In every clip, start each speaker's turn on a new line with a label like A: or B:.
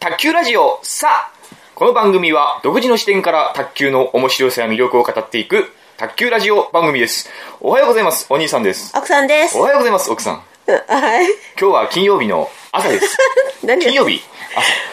A: 卓球ラジオさあこの番組は独自の視点から卓球の面白さや魅力を語っていく卓球ラジオ番組ですおはようございますお兄さんです
B: 奥さんです
A: おはようございます奥さん
B: はい
A: 今日は金曜日の朝です
B: 何
A: 金曜日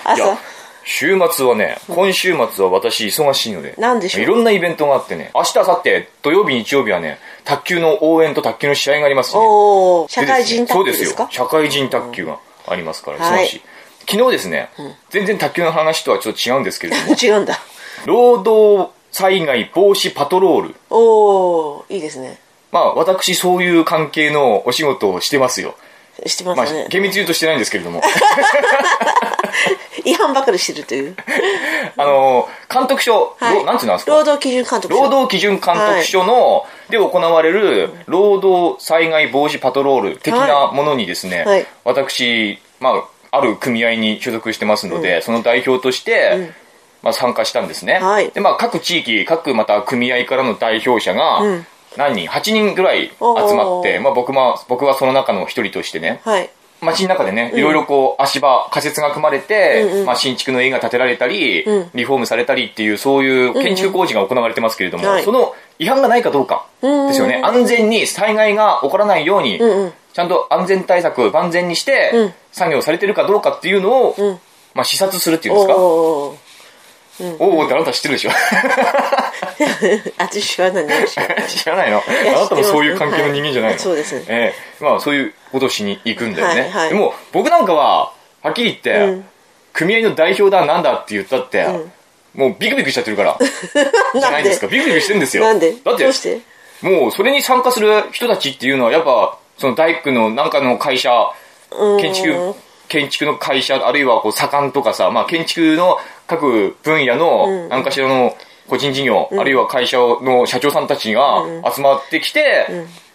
A: 朝
B: 朝
A: いや週末はね今週末は私忙しいので
B: なんでしょう
A: いろんなイベントがあってね明日明後日土曜日日曜日はね卓球の応援と卓球の試合がありますね
B: おお社会人タップ
A: そう
B: で
A: ですす
B: か
A: よ社会人卓球がありますから、
B: うんはい
A: 忙しい昨日ですね、全然卓球の話とはちょっと違うんですけれども
B: 違うんだ
A: 労働災害防止パトロール
B: おおいいですね
A: まあ私そういう関係のお仕事をしてますよ、
B: してま
A: まあ
B: すね、
A: 厳密に言うとしてないんですけれども
B: 違反ばかりしてるという、
A: あの監督署、
B: はい
A: ろなんていうんですか
B: 労働基準監督
A: 労働基準監督署の、で行われる労働災害防止パトロール的なものにですね、
B: はい
A: 私、まあ、ある組合に所属してますので、その代表として、まあ、参加したんですね、
B: はい
A: でまあ、各地域各また組合からの代表者が、
B: うん
A: 何人8人ぐらい集まって、
B: おー
A: まあ、僕も僕はその中の一人としてね
B: はい
A: 街の中でねいろいろこう足場仮設が組まれて、
B: うんうん
A: まあ、新築の家が建てられたり、
B: うん
A: リフォームされたりっていうそういう建築工事が行われてますけれども、
B: はい
A: その違反がないかどうかですよね、
B: うん
A: 安全に災害が起こらないように、
B: うんうん
A: ちゃんと安全対策を万全にして、
B: うん
A: 作業されてるかどうかっていうのを、
B: うん
A: まあ、視察するっていうんですかお
B: おお
A: おーってあなた知ってるでしょ
B: 私は何でしょう
A: 知らないの
B: や
A: あなたもそういう関係の人間じゃないの、
B: はいそうですね
A: ええまあそういうことをしに行くんだよね、
B: はいはい
A: でも僕なんかははっきり言って、
B: うん
A: 組合の代表だなんだって言ったって、
B: うん
A: もうビクビクしちゃってるから じゃないですかビクビクしてるんですよ
B: なんで
A: だって
B: どうして
A: もうそれに参加する人たちっていうのはやっぱその大工のなんかの会社
B: うん
A: 建築建築の会社あるいはこう左官とかさ、まあ、建築の各分野の
B: ん
A: 何かしらの個人事業、あるいは会社の社長さんたちが集まってきて、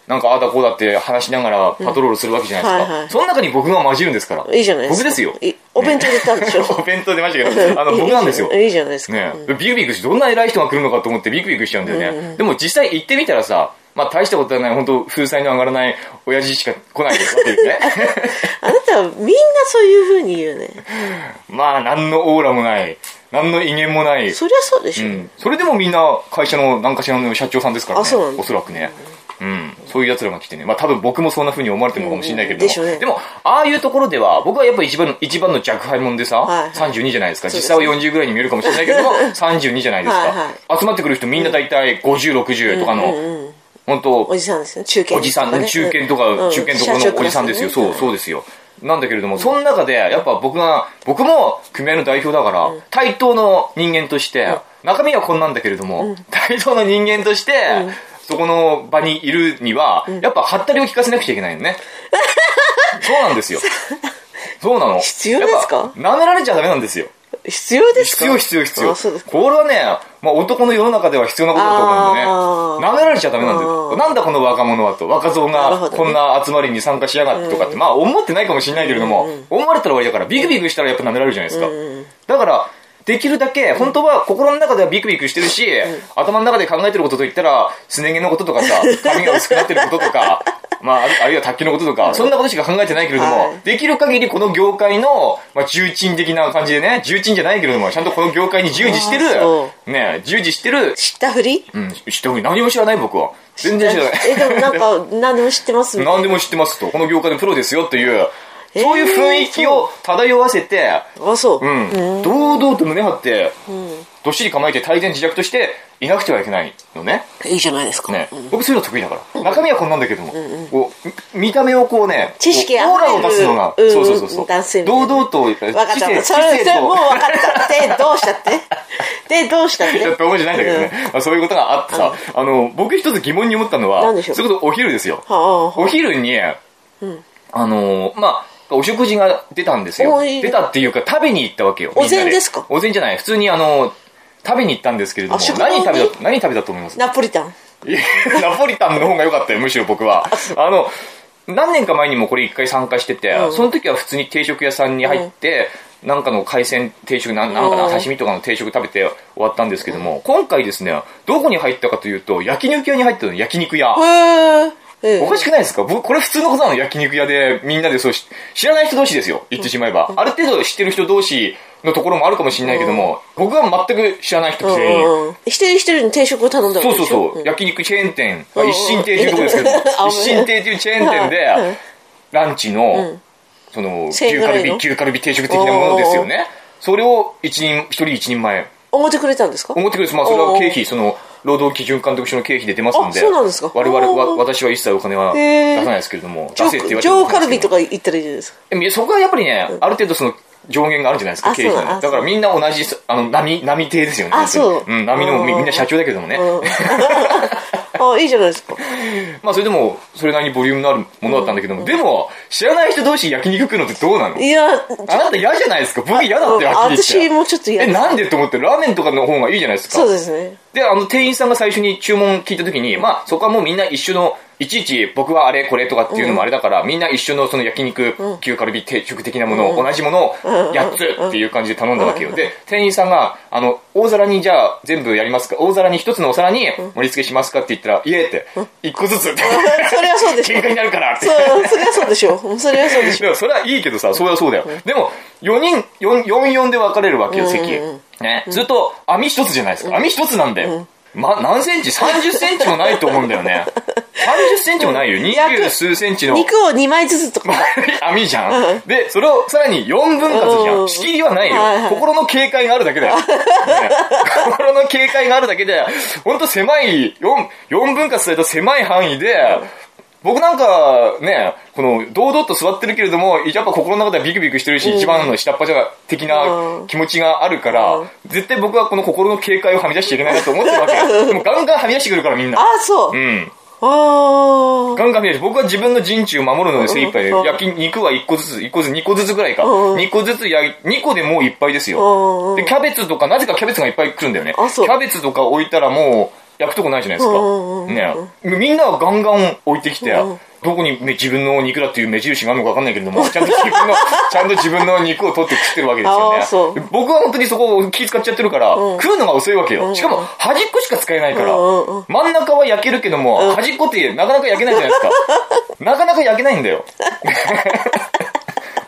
A: なんかああだこうだって話しながらパトロールするわけじゃないですか、
B: はいはい
A: その中に僕が混じるんですから
B: いいじゃないですか
A: 僕ですよ
B: いお弁当で行ったんでしょ
A: お弁当出ました けどあの僕なんですよ
B: いいじゃないですか、
A: ね、ビクビクしてどんな偉い人が来るのかと思ってビクビクしちゃうんだよね、でも実際行ってみたらさまあ大したことはない本当風船の上がらない親父しか来ないわけですね
B: あなたはみんなそういうふうに言うね
A: まあ何のオーラもない何の威厳もない、
B: そりゃそうでし
A: う
B: ょ、
A: ん、それでもみんな会社の何かしらの社長さんですからね
B: あそうなんだ
A: おそらくねうん、そういう奴らが来てね、まあ、多分僕もそんな風に思われてるのかもしれないけれども、
B: うんうんでしょうね
A: もああいうところでは僕はやっぱ一番一番の若輩者でさ、
B: はいはい
A: 32じゃないですか
B: そう
A: 実
B: です
A: 際は40ぐらいに見えるかもしれないけれ ども32じゃないですか
B: はい
A: 集まってくる人みんな大体5060とかの、
B: うんうん
A: 本当
B: おじさんですね中堅
A: おじさんの中堅とか、中堅とかのおじさんですよ、そうそうですよなんだけれども、その中でやっぱ僕が僕も組合の代表だから、対等の人間として、中身はこんなんだけれども、対等の人間として、そこの場にいるには、やっぱハったりを聞かせなくちゃいけないよね そうなんですよそうなの
B: 必要ですか
A: やっぱ舐められちゃダメなんですよ
B: う必要です
A: 必
B: か
A: 要必要必要
B: あそうですか
A: これはね、まあ、男の世の中では必要なことだと思うんでね
B: あー
A: 舐められちゃダメなんだ
B: う
A: よ
B: ん
A: なんだこの若者はと若造
B: なる
A: が
B: ほどね
A: こんな集まりに参加しやがってとかって、まあ思ってないかもしれないけれども、思われたら終わりだからビクビクしたらやっぱ舐められるじゃないですか、だからできるだけ本当は心の中ではビクビクしてるし、頭の中で考えてることといったらすね毛のこととか さ髪が薄くなってることとかまあ、あるあるいは卓球のこととか、そんなことしか考えてないけれども、
B: はい
A: できる限りこの業界の、まあ、重鎮的な感じでね、重鎮じゃないけれども、ちゃんとこの業界に従事してる
B: あーそ、
A: ね、従事してる、
B: 知ったふり
A: うん、知ってる何も知らない僕は。全然知らない。
B: えでもな んか何でも知ってますみたい
A: 何
B: な
A: でも知ってますとこの業界のプロですよっていう、
B: えー
A: そういう雰囲気を漂わせて、
B: あそう、
A: うん堂々と胸張って、どっしり構えて大然自弱としていなくてはいけないのね
B: いいじゃないですか、
A: ね、僕そういうの得意だから中身はこんなんだけども、こうみ見た目をこうね
B: 知識
A: こう
B: あふれる
A: オーラを出すのが、
B: うん
A: そうそうそうそう
B: 男性みた
A: 堂
B: いな
A: 々と知性
B: 分かったそれ
A: 知
B: それ
A: 性と
B: もう分かっ たでどうしたってでどうしたって
A: ちょっと思いじゃないんだけどね、まあ、そういうことがあってさ、あの僕一つ疑問に思ったのは
B: 何でしょう
A: それこそお昼ですよ、
B: はあはあ
A: お昼に、あのーまあお食事が出たんですよ
B: おいい
A: 出たっていうか食べに行ったわけよみ
B: お
A: んな
B: 膳ですか
A: お膳じゃない普通にあの食べに行ったんですけれども
B: あ食堂
A: 何
B: に
A: 食べた何食べたと思います
B: ナポリタン
A: いやナポリタンの方が良かったよむしろ僕はあの何年か前にもこれ一回参加してて、
B: うん
A: その時は普通に定食屋さんに入って、なんかの海鮮定食なんなんか
B: う
A: なん刺身とかの定食食べて終わったんですけども、今回ですねどこに入ったかというと焼肉屋に入ったの焼肉屋、
B: へえ
A: おかしくないですか僕これ普通のことなの焼肉屋でみんなでそうし知らない人同士ですよ言ってしまえば、ある程度知ってる人同士のところもあるかもしれないけども、僕は全く知らない人全員、
B: うんうん、一人一人に定食を頼んだわけ
A: そう
B: でし
A: そ
B: ょ
A: うそう、
B: ん
A: 焼肉チェーン店、
B: うんうん
A: 一進亭というところですけど、
B: うん
A: 一進亭というチェーン店で、
B: うん
A: ランチの、その、
B: 1000円
A: 牛
B: ぐ
A: カ
B: ら
A: ル
B: いの
A: ビ、牛カルビ定食的なものですよね。それを一人、一人一人前、
B: 思ってくれたんですか
A: 思ってくれです。まあ、それは経費、その、労働基準監督署の経費で出ますんで、
B: あそうなんですか
A: 我々
B: お
A: は、
B: ー
A: 私は一切お金は
B: へー
A: 出さないですけれども、
B: ジ
A: 出
B: ョ
A: せって言われ
B: ジ
A: ても
B: ョーカルビと
A: か。
B: か言ったらいいじゃないですか
A: でもいやそこはやっぱりね、ある程度その、上限があるじゃないですか、
B: あ
A: 経費
B: そうなん
A: の。
B: あ
A: だからみんな同じ、あの、波、波亭ですよね。
B: あそう
A: うん、波のみ
B: うん
A: みんな社長だけどもね。
B: ああいいじゃないですか
A: まあそれでも、それなりにボリュームのあるものだったんだけども、でも、知らない人同士焼肉食うのってどうなの
B: いや
A: あなた嫌じゃないですか僕嫌だって
B: あ
A: はっきり言っ
B: 私
A: て。
B: もちょっと嫌
A: え、
B: です
A: なんでと思って、ラーメンとかの方がいいじゃないですか。
B: そうですね
A: で、あの、店員さんが最初に注文聞いた時に、まあ、そこはもうみんな一緒の、いちいち僕はあれこれとかっていうのもあれだから、みんな一緒のその焼肉、牛カルビ定食的なものを、同じものを8つっていう感じで頼んだわけよ。で、店員さんが、あの、大皿にじゃあ全部やりますか大皿に一つのお皿に盛り付けしますかって言ったら、いえって、一個ずつ って。
B: それはそうでしょ
A: 喧嘩になるからって。
B: そうそれはそうでしょうそれはそうでしょ
A: でもそれはいいけどさ、それはそうだよ。でも、4人、4、4で分かれるわけよ、
B: うんうんうん
A: 席。ね。すると、網一つじゃないですか。網一つなんだよ。ま、何センチ ?30 センチもないと思うんだよね。30センチもないよ。二十数センチ
B: う
A: の
B: 肉を2枚ずつとか
A: 網じゃん。で、それをさらに4分割じゃ。
B: うんん
A: 仕切りはないよ
B: はいは。い
A: 心の警戒があるだけだよ。ね 心の警戒があるだけで、ほんと狭い、4、四分割された狭い範囲で、僕なんかね、この、堂々と座ってるけれども、やっぱ心の中ではビクビクしてるし、一番の下っ端が的な
B: うん
A: 気持ちがあるから、
B: うん
A: 絶対僕はこの心の警戒をはみ出しちゃいけないなと思ってるわけよ。 でもガンガンはみ出してくるからみん
B: あ
A: な。。
B: そううんああ
A: ガンガン見える。僕は自分の陣地を守るので精一杯で、
B: うん
A: 焼き肉は1個ずつ、1個ずつ、2個ずつぐらいか。
B: うん
A: 2個ずつ焼い、2個でもういっぱいです
B: うんう
A: よ。
B: ん
A: で、キャベツとか、なぜかキャベツがいっぱい来るんだよね。キ
B: あそう
A: ャベツとか置いたらもう、焼くとこないじゃないです
B: うんうんう
A: か。
B: ん
A: ねみんなはガンガン置いてきて
B: うん、
A: どこにめ自分の肉だっていう目印があるのかわかんないけれど も、ちゃんと自分の、ちゃんと自分の肉を取って食ってるわけですよ
B: あーそ
A: ね。僕は本当にそこを気使っちゃってるから、
B: うん
A: 食うのが遅いわけ
B: う
A: よ。
B: ん
A: しかも、端っこしか使えないから、
B: うんうんうん
A: 真ん中は焼けるけども、端っこってなかなか焼けないじゃない ですか。なかなか焼けないんだよ。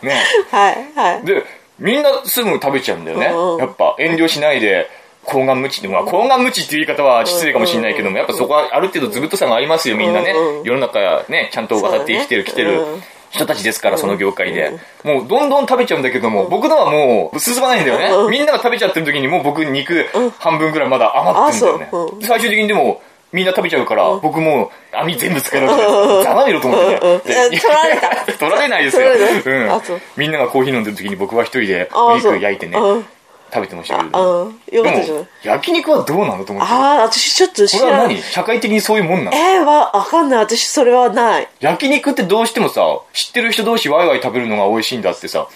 A: ね
B: はいはい
A: で、みんなすぐ食べちゃうんだよね
B: うんうん。
A: やっぱ遠慮しないで、抗がん無知って、まあ、抗がん無知っていう言い方は失礼かもしれないけども、やっぱそこはある程度ずぶとさがありますよ、みんなね
B: うんう。ん
A: 世の中ね、ちゃんと渡って生きてる、来
B: そう
A: て
B: だね
A: る
B: うん
A: 人たちですから、その業界で。もうどんどん食べちゃうんだけども、僕のはもう進まないんだよ
B: う
A: ね。
B: ん
A: みんなが食べちゃってる時にもう僕肉半分ぐらいまだ余ってるんだ
B: あそ
A: よ
B: うう
A: ね。最終的にでも、みんな食べちゃうから、僕もう網全部使えるわけです。ざまみろと思って
B: うんうん
A: ね
B: うん。いや取られた
A: 取られないですよ。
B: 取られないあ
A: う
B: そ
A: ん
B: う。
A: みんながコーヒー飲んでる時に僕は一人で
B: あ
A: お
B: ーそう
A: 肉焼いてね、
B: うん
A: 食べてましたけれども。
B: ああよかったじ
A: で
B: ゃな
A: も
B: い、
A: 焼肉はどうなのと思って。
B: ああ私ちょっと知
A: これ
B: ら
A: は
B: ない
A: 何社会的にそういうもんなの
B: えー、わわかんない私それはない
A: 焼肉ってどうしてもさ、知ってる人同士ワイワイ食べるのが美味しいんだってさ、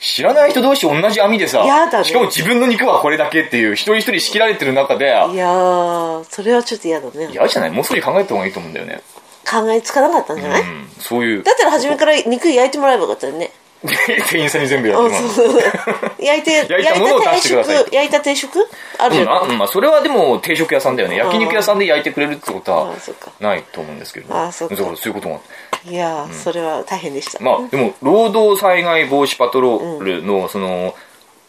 A: 知らない人同士同じ網でさ、
B: やだね
A: しかも自分の肉はこれだけっていう、一人一人仕切られてる中で、
B: いやーそれはちょっと嫌だね
A: 嫌じゃないもう少し考えた方がいいと思うんだよね。
B: 考えつかなかったんじゃない、
A: うん、そういう。
B: だったら初めから肉焼いてもらえばよかったよね
A: 店員さんに全部やっても
B: うん
A: らう
B: そうそう焼いて
A: 焼いたものを出してください
B: 焼いた定食焼いた定食あるじゃ、
A: うんんあうんまあ、それはでも定食屋さんだよね焼肉屋さんで焼いてくれるってことは
B: あそっか
A: ないと思うんですけど
B: あそっか
A: だからそういうこともあって
B: いやーそれは大変でした、
A: まあでも労働災害防止パトロールのその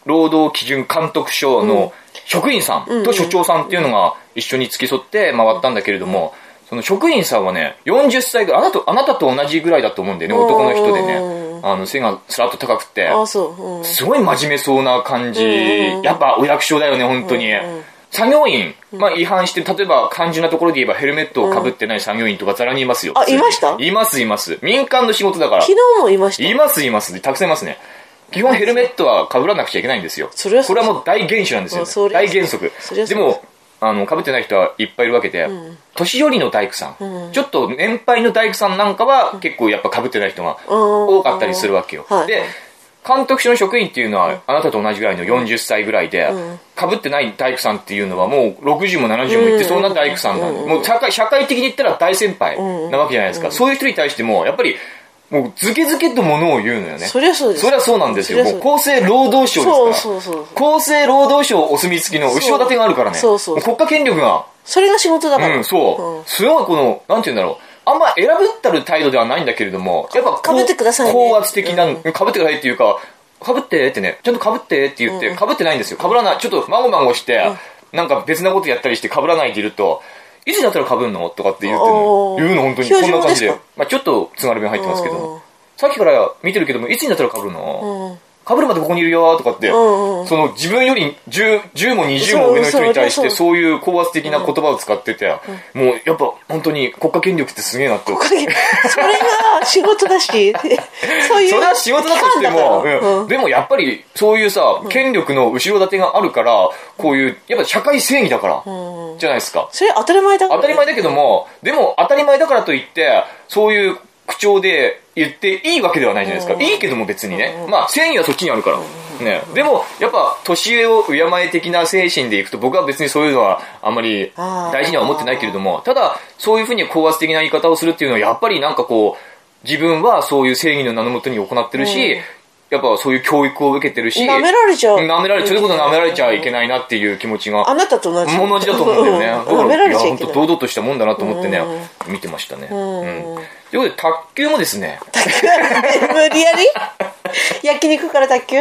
A: 労働基準監督署の職員さんと所長さんっていうのが一緒に付き添って回ったんだけれどもその職員さんはね40歳ぐらいあなたあなたと同じぐらいだと思うんだよね男の人でね
B: う
A: あの背がスラッと高くて
B: あそう、うん、
A: すごい真面目そうな感じ、
B: うんうん
A: やっぱお役所だよね本当に、
B: うんうん
A: 作業員、まあ、違反して例えば肝心なところで言えばヘルメットをかぶってない作業員とかざらにいますよ、
B: あいました
A: いますいます民間の仕事だから
B: 昨日もいました
A: いますいますたくさんいますね基本ヘルメットは被らなくちゃいけないんですよ
B: それは
A: これはもう大原則なんです
B: あそ
A: よ、ね、
B: り
A: 大
B: ゃ
A: 原則
B: そりゃ
A: で
B: そうです
A: もあの被ってない人はいっぱいいるわけで、年寄りの大工さん、ちょっと年配の大工さんなんかは結構やっぱ被ってない人が多かったりするわけよ、
B: うんはい
A: で監督署の職員っていうのは、あなたと同じぐらいの40歳ぐらいで、被ってない大工さんっていうのはもう60も70もいってそうな大工さんなんで、もう社会社会的に言ったら大先輩なわけじゃないですか、そういう人に対しても、やっぱり、もう、ずけずけとものを言うのよね。
B: そりゃそうです
A: そりゃそうなんですよ。
B: そりゃ
A: も
B: そう
A: う、厚生労働省ですから。
B: そうそうそう
A: 厚生労働省お墨付きの後ろ盾があるからね。
B: そうそう
A: も国家権力が
B: それが仕事だから、
A: うん、そう。
B: うん
A: すごいこの、なんて言うんだろう。あんま選ぶったる態度ではないんだけれども、やっぱこう、
B: かぶってくださいね
A: 高圧的な、かぶってくださいっていうか、かぶってってね、ちゃんとかぶってって言って、かぶってないんですよ。かぶらない。ちょっとまごまごして、なんか別なことやったりしてかぶらないでいると、いつだったらかぶんのとかって言ってんの
B: おー
A: 言うの、本当に。
B: 表
A: こ
B: 情
A: んな感じ
B: で
A: で
B: すか。
A: まあちょっと津軽弁入ってますけ
B: うん
A: ど、さっきから見てるけども、いつになったらかぶるの
B: うん
A: かぶるまでここにいるよとかって、
B: んうん
A: その自分より 10, 10も20も上の人に対し
B: そうそ
A: て、
B: うそう
A: そういう高圧的な言葉を使ってて、もうやっぱ本当に国家権力ってすげえなって。
B: それが仕事 だしそういう
A: それは仕事だとしても、
B: 期間だから
A: うんでもやっぱりそういうさ、権力の後ろ盾があるから、こういう、やっぱ社会正義だから、
B: うんうん
A: じゃないですか。
B: それ当たり前だから
A: 当たり前だけども、でも当たり前だからといって、そういう口調で言っていいわけではないじゃないですか。いいけども別にね。まあ正義はそっちにあるから。ね。でも、やっぱ年上を敬え的な精神でいくと、僕は別にそういうのはあんまり
B: あー
A: 大事には思ってないけれども、ただ、そういうふうに高圧的な言い方をするっていうのは、やっぱりなんかこう、自分はそういう正義の名のもとに行ってるし、
B: うん
A: やっぱそういう教育を受けてるし、
B: 舐められちゃう
A: 舐められ、そういうこと舐められちゃいけないなっていう気持ちが
B: あなたと同じ
A: 物持ちだと思うんだよね。だ
B: うん
A: か
B: 舐め
A: ら、
B: ら
A: い
B: れ
A: や、
B: ちゃ
A: 本
B: いけ
A: 当
B: ない
A: 堂々としたもんだなと思ってね、見てましたね。
B: ん
A: うん。ということで、卓球もですね、
B: 無理やり焼肉から卓球
A: い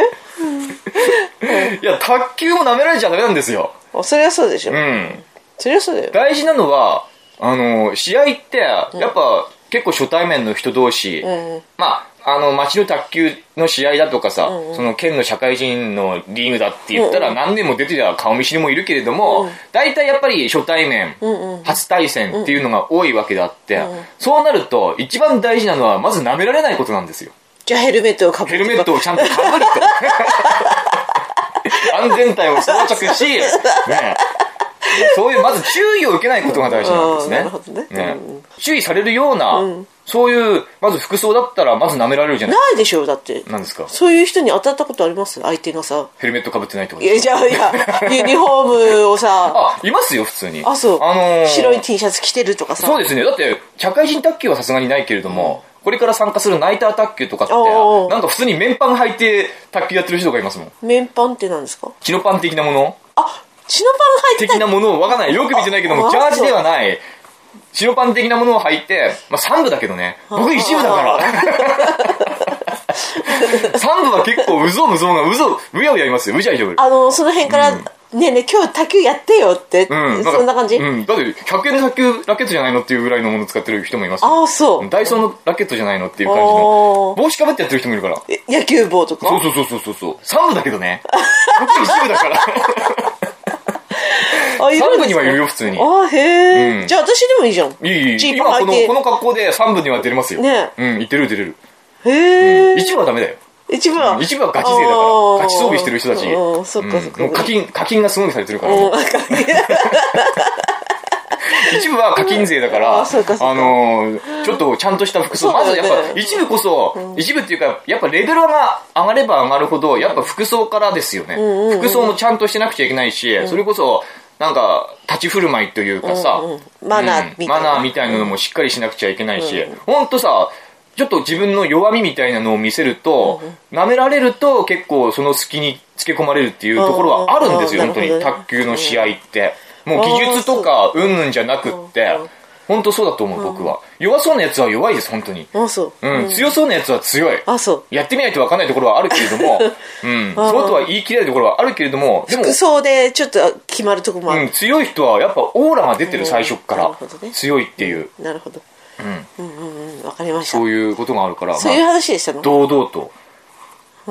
A: や、卓球も舐められちゃダメなんですよ。
B: あそれはそうでしょ、
A: うん。
B: それはそうだよ
A: 大事なのは、あの、試合って、やっぱ、結構初対面の人同士、
B: うん
A: まあ、あの、町の卓球の試合だとかさ、その県の社会人のリーグだって言った
B: うん
A: ら、何年も出てりゃ顔見知りもいるけれども、大体やっぱり初対面、
B: んう
A: 初対戦っていうのが多いわけであって、そうなると、一番大事なのは、まず舐められないことなんですよ。
B: じゃあヘルメットをかぶ
A: ヘ
B: る
A: ルメットをちゃんと被 ると。安全帯を装着 し、ねそういう、まず注意を受けないことが大事なんですね。
B: うんなるほどねうん
A: 注意されるような、そういう、まず服装だったら、まず舐められるじゃない
B: ないでしょだって
A: なんですか
B: そういう人に当たったことあります相手がさ
A: ヘルメット被ってないってこと
B: いやじゃあいやユニフォームをさ
A: あ、いますよ、普通に。
B: あそう、
A: あのー
B: 白い T シャツ着てるとかさ
A: そうですね。だって、社会人卓球はさすがにないけれども、これから参加するナイター卓球とかって
B: おうおう、
A: なんか普通に綿パン履いて卓球やってる人がいますもん。
B: 綿パンって何ですか
A: チノパン的なもの
B: あチノパン履い
A: 的
B: てた
A: なものをわかんない。よく見てないけど
B: あ
A: も、ジャー
B: そ
A: ジ
B: う
A: ではない。白パン的なものを履いて、まあ3部だけどね。僕一部だ から。3部は結構、うぞうむぞうが、うぞう、うやうやいますよ。うじゃいじゃう。
B: あのその辺から、ねえねえ今日卓球やってよって、
A: うん。か
B: そんな感じ、
A: うん。だって、100円の卓球ラケットじゃないのっていうぐらいのもの使ってる人もいますよ。
B: ああそう、
A: ダイソーのラケットじゃないのっていう感じ
B: お
A: の
B: ー
A: 帽子かぶってやってる人もいるから
B: え野球帽とか
A: そうそうそうそうそうそう三部だけどね僕一部だ から
B: あい
A: 三
B: るん
A: 部に
B: ですか
A: はいるよ普通に
B: あへえ、
A: うん
B: じゃあ私でもいいじゃん
A: いいい
B: ジ
A: い
B: ーパ
A: 今こ
B: ン
A: の
B: 履いて
A: この格好で三部には出れますよ、
B: ね
A: うんいてる出れる
B: へえ、
A: 一部はダメだよ
B: 一部は
A: 一部はガチ勢だからガチ装備してる人たち
B: うんそっかそっか、
A: もう課金課金がすごいされてるから、
B: うんなんか
A: 一部は課金税だから、
B: あそうかそうか
A: のーちょっとちゃんとした服装、
B: そう
A: ま
B: だ
A: ず
B: よ
A: や
B: ね
A: っぱ一部こそ、一部っていうか、やっぱレベルが上がれば上がるほど、やっぱ服装からですよね。服装もちゃんとしてなくちゃいけないし、それこそ、なんか、立ち振る舞いというかさ、
B: うんうんマナーみたいな
A: マナーみたいなのもしっかりしなくちゃいけないし、ほんとさ、ちょっと自分の弱みみたいなのを見せると、舐められると結構その隙につけ込まれるっていうところはあるんですよ、
B: うんうん
A: 本当に。
B: なるほどね
A: 卓球の試合って。もう技術とか、うんぬんじゃなくって
B: うん、
A: 本当そうだと思う、僕は。弱そうなやつは弱いです、本当に。
B: あそう、
A: うん、強そうなやつは強い。
B: あそう
A: やってみないと分かんないところはあるけれど も、うん、そうとは言い切れないところはあるけれども、でも
B: 服、装でちょっと決まるとこもあ
A: う
B: る、
A: ん、強い人はやっぱオーラが出て
B: うん
A: る、最初か
B: なる
A: ら
B: ほどね。
A: 強いっていう、
B: なるほど、うん、うんうんうんわかりました
A: そういうことがあるから、
B: そういう
A: まあ
B: 話でしたの
A: 堂々と、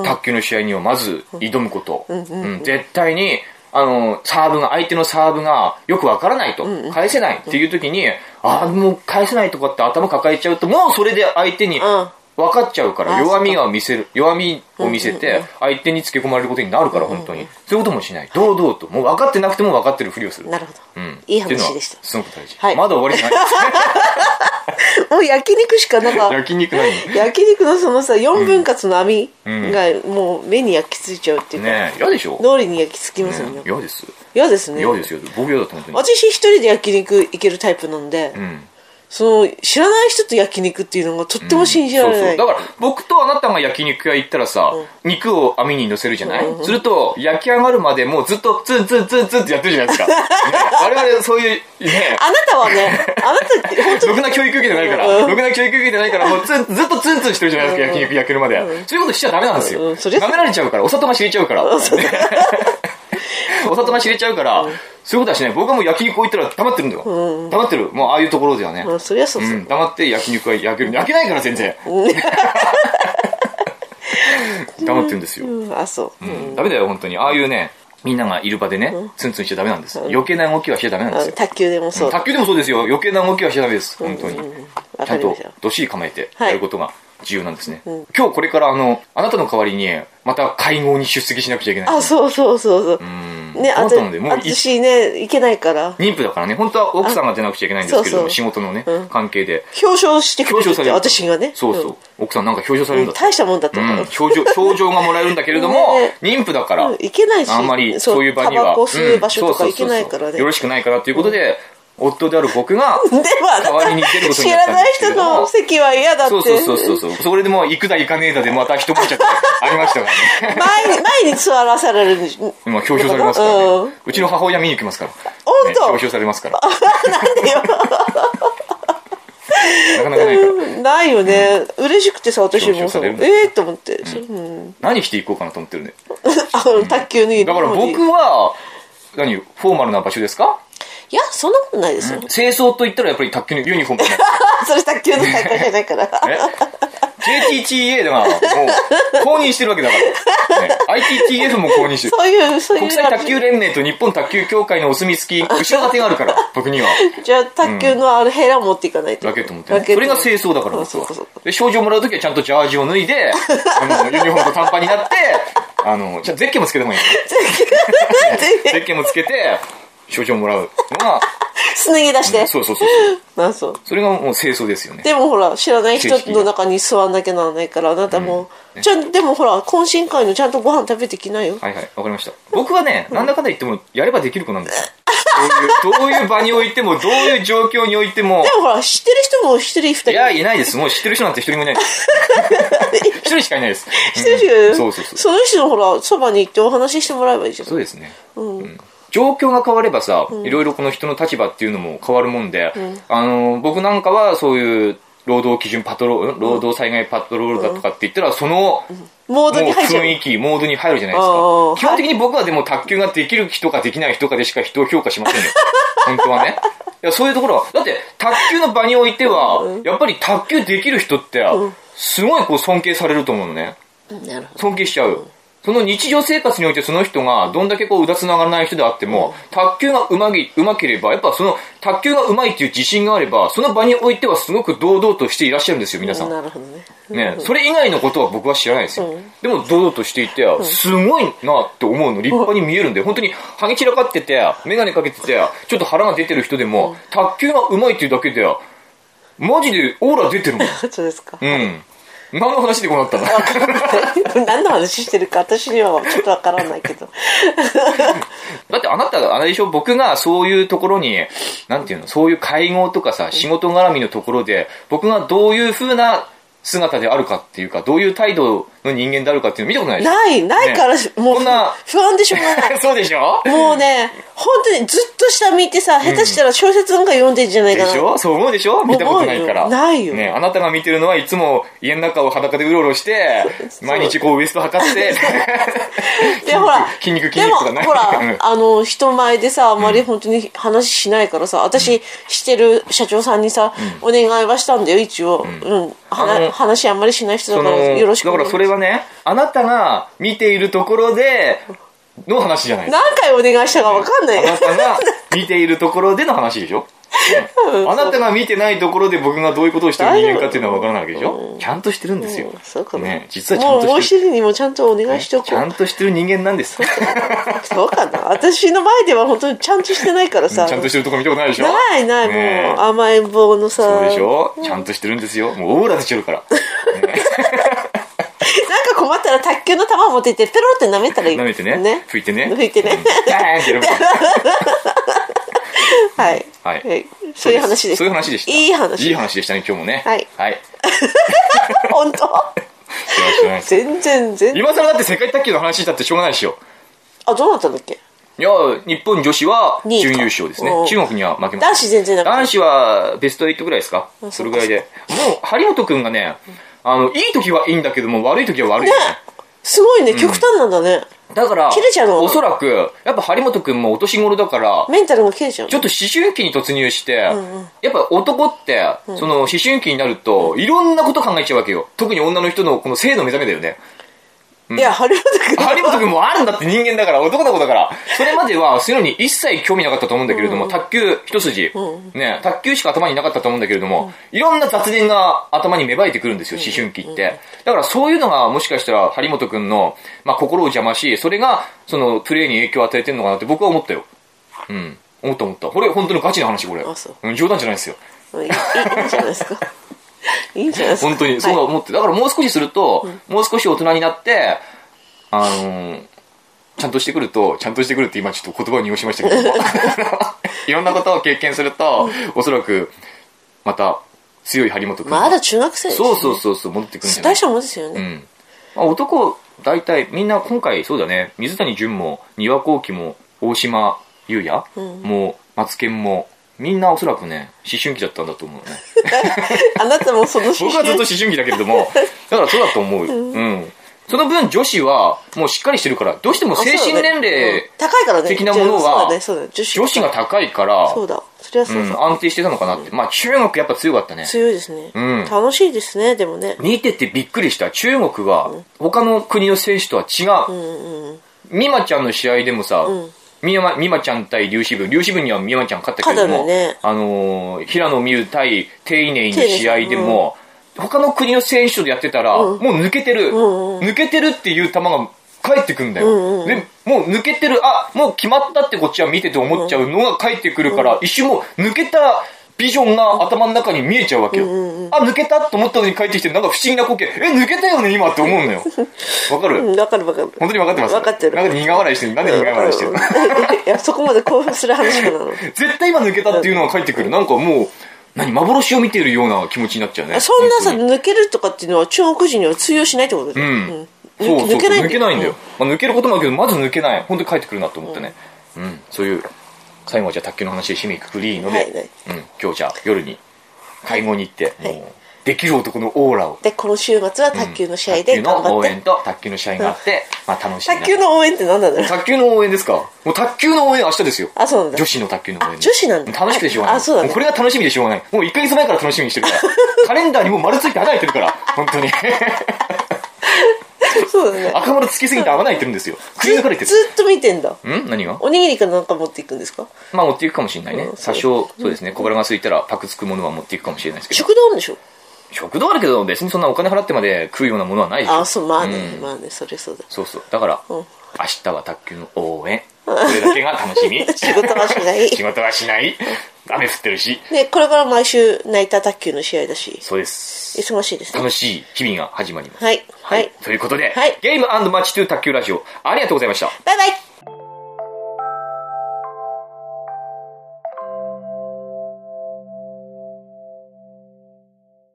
A: 卓球の試合にはまず挑むこと。うん絶対に、あの、サーブが、相手のサーブがよくわからないと、返せないっていう時に、ああ、もう返せないとかって頭抱えちゃうと、もうそれで相手に
B: うん
A: 分かっちゃうから、
B: あ
A: 弱みが見せる、弱みを見せて、相手につけ込まれることになるから、本当に。そういうこともしない。堂々と、もう分かってなくても分かってるふりをする。
B: なるほど、
A: うん。
B: いい
A: ってうのは
B: 話でした
A: すごく大事。
B: はい
A: まだ終わりじゃないですね。
B: もう焼肉しかなんか
A: 焼肉ない
B: 焼肉のそのさ4分割の網がもう目に焼き付いちゃうっていうか、
A: ねえ、嫌でしょ
B: 脳裏に焼き付きますよね
A: ね嫌です。
B: 嫌ですね
A: 嫌ですよ。僕嫌だと本当に。
B: 私一人で焼肉行けるタイプなんで、
A: うん。
B: その知らない人と焼肉っていうのがとっても信じら
A: そう
B: れな
A: そ
B: い、
A: うだから僕とあなたが焼肉屋行ったらさ、肉を網に乗せるじゃない、すると焼き上がるまでもうずっとツンツンツンツンってやってるじゃないですか、ね、我々そういう ね
B: あなた はねあなたって本当
A: ろくな教育受けてないから、ろくな教育受けてないから、もうツンずっとツンツンしてるじゃないですか、焼肉焼けるまで。そういうことしちゃダメなんです
B: うんう
A: よ。
B: んそりゃそう
A: 舐められちゃうから、お砂糖が知れちゃうから。ね お砂糖が知れちゃうから、そういうことはしない。僕はもう焼肉行ったら黙ってるんだよ。黙ってる。もうああいうところではね。
B: まあ、そりゃそうそう、
A: うん、黙って焼肉は焼ける。焼けないから全然。黙ってるんですよ。
B: うん あそう、うん
A: ダメだよ、本当に。ああいうね、みんながいる場でね、ツンツンしちゃダメなんです。余計な動きはしちゃダメなんで
B: あ
A: す
B: の
A: よ。
B: 卓球でもそう、
A: 卓球でもそうですよ。余計な動きはしちゃダメです。本当に。
B: うんうんわ
A: ちゃ
B: か
A: ん
B: りま
A: と
B: した
A: どっしり構えて
B: はい
A: やることが重要なんですね、今日これからあのあなたの代わりにまた会合に出席しなくちゃいけない
B: あそうそうそうそう、
A: うん
B: ねあ
A: あな
B: た
A: たのでもうい
B: 私ねいけないから
A: 妊婦だからね本当は奥さんが出なくちゃいけないんですけれど
B: あ
A: も
B: そうそう
A: 仕事のね、
B: うん
A: 関係で
B: 表彰してくれ
A: 表
B: る
A: 彰
B: っ
A: さ
B: て
A: れる
B: 私がね
A: そうそう、奥さんなんか表彰され
B: う
A: る
B: ん
A: んだって、
B: 大したもんだった
A: うん
B: から、
A: 表彰表彰がもらえるんだけれども
B: ね
A: 妊婦だから、
B: うんいけないし
A: あんまりそういう場には
B: タバコ吸う場所とか
A: うん
B: いけないから
A: そうそうそうそ
B: ね、
A: うよろしくないからということで、夫である僕が
B: でもあな
A: 代わりに出る
B: た
A: こと
B: 知
A: になっ
B: ら
A: たんで
B: ない
A: すけれ
B: 人
A: ども
B: の席は嫌 だって
A: そうそうそうそうそうそれでもう行くだ行かねえだでまた一悶着が ありましたからね
B: 前に前に座らされるんでしょ
A: 今表彰されますからね、
B: う
A: うんちの母親見に行きますから
B: 本当
A: ね表彰されますから
B: なんでよ
A: なかなかないから
B: ないよね、嬉しくてさ私も
A: 表彰
B: さ
A: されるんだ
B: ええと思って、そうん、
A: 何していこうかなと思ってるね
B: あの卓球のユニ
A: だ
B: フォ
A: から
B: ームで
A: 僕は何フォーマルな場所ですか
B: いやそんなことないですよ、
A: 清掃と言ったらやっぱり卓球のユニフォームかな
B: それ卓球の大会じゃな いから
A: ね JTTA がもう公認してるわけだから、ね、ITTF も公認してる
B: そういうそういう
A: 国際卓球連盟と日本卓球協会のお墨付き後ろ盾があるから僕には
B: じゃあ卓球のあのヘラ持っていかないと
A: ラケット持ってねそれが清掃だから僕
B: そうそうそう
A: はで賞状もらう時はちゃんとジャージを脱いであのユニフォームと短パンになってあのじゃあゼッケンもつけてもいいのね ゼッケンもつけて賞状もらうのが
B: すね毛出して、
A: そうそうそうそう
B: なんそう
A: それがもう清掃ですよね
B: でもほら知らない人の中に座んなきゃならないからあなたも、ちゃんでもほら懇親会のちゃんとご飯食べてきなよ、
A: はいはいわかりました僕は ねなんだかんだ言ってもやればできる子なんですよどういうどういう場においてもどういう状況においても
B: でもほら知ってる人も一人二人
A: いやいないですもう知ってる人なんて一人もいないです 一人しかいないです
B: 知ってる人いる
A: うんそうそうそう
B: その人のほらそばに行ってお話ししてもらえばいいじゃん
A: そうですね、うん状況が変わればさ、いろいろこの人の立場っていうのも変わるもんで、あの僕なんかはそういう労働基準パトロール労働災害パトロールだとかって言ったらその、
B: モー
A: も
B: ドに
A: う
B: 入っちゃう
A: 雰囲気モードに入るじゃないですか
B: あー
A: 基本的に僕はでも卓球ができる人かできない人かでしか人を評価しませんよ本当は ねいやそういうところはだって卓球の場においては、やっぱり卓球できる人って、すごいこう尊敬されると思うのね
B: なるほど
A: 尊敬しちゃう。その日常生活においてその人がどんだけこううだつながらない人であっても、卓球がうまぎ、うまければ、やっぱその卓球がうまいっていう自信があれば、その場においてはすごく堂々としていらっしゃるんですよ、皆さん。
B: なるほどね
A: ね、それ以外のことは僕は知らないですよ。
B: うん
A: でも堂々としていて、すごいなって思うの、立派に見えるんで、本当にハゲ散らかってて、メガネかけてて、ちょっと腹が出てる人でも、卓球がうまいっていうだけで、マジでオーラ出てるもん。
B: そうですか
A: うん。何の話でこうなったの
B: 何の話してるか私にはちょっとわからないけど
A: だってあなたが、あれでしょ、僕がそういうところに、なんていうの、そういう会合とかさ、仕事絡みのところで、僕がどういう風な姿であるかっていうか、どういう態度の人間であるかっていうの見たことないでしょ
B: ないないから、もう
A: こんな
B: 不安でしょうがな い
A: そうでしょ
B: もうね本当にずっと下見てさ下手したら小説なんか読んでんじゃないか
A: で
B: な
A: しょそう思うでしょ見たことないから。
B: 思うよないよ
A: ね、あなたが見てるのはいつも家の中を裸でうろうろして、
B: う
A: 毎日こうウエスト測って、
B: でほら
A: 筋肉筋肉とか
B: で
A: ない
B: もほ
A: うん
B: らあの人前でさあまり本当に話しないからさ、私してる社長さんにさ、お願いはしたんだよ一応、うんはな
A: あの
B: 話あんまりしない人だ
A: そ
B: か
A: の
B: らよろしく
A: だからそれはね、あなたが見ているところで、の話じゃない
B: 何回お願いしたかわかんない
A: あなたが見ているところでの話でしょ、
B: うん
A: あなたが見てないところで僕がどういうことをしてる人間かっていうのは分からないわけでしょ、ちゃんとしてるんですよ、
B: うんそうかな、
A: ね、実はちゃん
B: もうも
A: と
B: う
A: して
B: 一人にもちゃんとお願い
A: る
B: しとこ
A: ちゃん
B: う
A: としてる人間なんです。
B: そうかな私の前では本当にちゃんとしてないからさ
A: ちゃんとしてるとこ見たことないでしょ
B: ないない、
A: ね
B: もう甘えん坊のさ
A: そうでしょちゃんとしてるんですよ。もうオーラ出ちゃうから。ね
B: なんか困ったら卓球の球持ってってペロって舐めたらいい
A: 舐めてね
B: ね
A: 拭いてね。
B: 拭いてね
A: うんガーンってやればいい
B: はい、
A: はい
B: はい そういう話でした
A: そういう話でした。
B: いい話
A: いい話でしたね、今日もね。
B: はい
A: はい。よ
B: 本当
A: ろしくお願いします。
B: 全然全然
A: 今更だって世界卓球の話だってしょうがないでしょ。
B: あどうなったんだっけ
A: いや、日本女子は
B: 二位か
A: 準優勝ですね
B: うん。
A: 中国には負けました。
B: 男子全然なかっ
A: 男子はベスト8ぐらいですかそれぐらいで。もう、張本くんがね、あの、いい時はいいんだけども、悪い時は悪いよね。
B: たすごいね極端なんだね、
A: だから、
B: 切れちゃうの
A: おそらく、やっぱ張本くんもお年頃だから、
B: メンタルが切れちゃう
A: ちょっと思春期に突入して、やっぱ男って、その思春期になると、いろんなこと考えちゃうわけよ。特に女の人のこの性の目覚めだよね。
B: いや張本君
A: 張本君もあるんだって人間だから、男の子だから。それまでは、そういうのに一切興味なかったと思うんだけれども、卓球一筋、ね、卓球しか頭になかったと思うんだけれども、いろんな雑念が頭に芽生えてくるんですよ、思春期って。だからそういうのが、もしかしたら、張本君の、まあ、心を邪魔し、それが、その、プレーに影響を与えてるのかなって僕は思ったよ。うん。思った思った。これ本当のガチな話、これ。
B: あそ
A: うん冗談じゃないですよ。
B: いいいいんじゃないですかいいんじゃないですか
A: 本当にそう思って、だからもう少しすると、もう少し大人になってあのーちゃんとしてくるとちゃんとしてくるって今ちょっと言葉を濁しましたけど もいろんなことを経験すると、おそらくまた強い張本君が
B: まだ中学生です、ね、
A: そうそうそうそう戻ってくるんじゃな
B: 大
A: い
B: したもんですよね、
A: うんまあ、男大体みんな今回そうだね水谷隼も丹羽幸輝も大島優也、もうマツケンもみんなおそらくね思春期だったんだと思うね
B: あなたもその
A: 僕は ずっと思春期だけれども、だからそうだと思うよ。うん。その分女子はもうしっかりしてるから、どうしても精神年齢、
B: 高いからね
A: 的なものは
B: そうだねそうだね女子
A: 女子が高いから、
B: そうだそれはそううだ、
A: ん、安定してたのかなって。まあ中国やっぱ強かったね。
B: 強いですね、
A: うん
B: 楽しいですねでもね
A: 見ててびっくりした。中国は他の国の選手とは違
B: う
A: う。
B: んうん
A: 美馬ちゃんの試合でもさ、
B: ん
A: 美馬美馬ちゃん対劉志文、劉志文には美馬ちゃん勝ったけれど
B: 勝
A: も、
B: ったよね
A: あのー平野美宇対丁寧の試合でも、他の国の選手とやってたら、もう抜けてる、
B: んう
A: 抜けてるっていう球が返ってくんだよ、
B: んうん
A: でもう抜けてるあもう決まったってこっちは見てて思っちゃうのが返ってくるから、一瞬もう抜けたビジョンが頭の中に見えちゃうわけよ、あ抜けたと思ったのに返ってきてなんか不思議な光景え抜けたよね今って思うの よわかる、
B: うん分かる分かる
A: 本当に分かってます
B: 分かってる
A: なんか苦笑いしてる。なんで苦笑いしてるの
B: うん いやそこまで興奮する話かなの
A: 絶対今抜けたっていうのが返ってくる。なんかもう、何、幻を見ているような気持ちになっちゃうね。
B: そんなさ
A: 本
B: 抜けるとかっていうのは中国人には通用しないってことで、
A: ん当
B: う
A: に
B: ん
A: そうそうそう、抜けないんだ
B: う
A: よ。まあ、抜けることもあるけど、まず抜けない。本当に返ってくるなと思ったね。うん、そういう、最後はじゃあ卓球の話で締めくくりいいので、
B: はいはい
A: うん、今日じゃあ夜に会合に行って、もう、できる男のオーラを。
B: でこの週末は卓球の試合
A: 卓
B: で
A: 球
B: 頑
A: の
B: 張っ
A: 応
B: て、
A: 援と卓球の試合があって、まあ楽しみな
B: 卓球の応援って何なんだろ う
A: 卓球の応援ですかもう卓球の応援明日ですよ。
B: あそうなんだ
A: 女子の卓球の応援
B: あ女子なんだ
A: 楽しくてしょうがない。
B: あそうだね
A: もこれが楽しみでしょうがない。もう1ヶ月前から楽しみにして るから。カレンダーにもう丸ついて穴開いてるから。本当に。
B: そうだね
A: 赤丸つきすぎて穴開いてるんですよ。くり抜かれて
B: ずっと見てんだ
A: る。ん何が
B: おにぎりかなんか持っていくんですか
A: まあ持っていくかもしれないね
B: うん。
A: 多少、そうですね。小腹が空いたらパクつくものは持っていくかもしれないですけど。
B: 食堂あるんでしょ
A: 食堂あるけど別にそんなお金払ってまで食うようなものはないでしょ。
B: あそうまあね、
A: うん
B: まあねそれそうだ
A: そうそう。だから、
B: ん
A: 明日は卓球の応援。これだけが楽しみ。
B: 仕事はしな い
A: 仕事はしない。雨降ってるし。
B: ねこれから毎週ナイター卓球の試合だし
A: そうです。
B: 忙しいですね
A: 楽しい日々が始まります。
B: はいはい
A: ということで、
B: はい
A: ゲームマッチトゥ卓球ラジオ、ありがとうございました。
B: バイバイ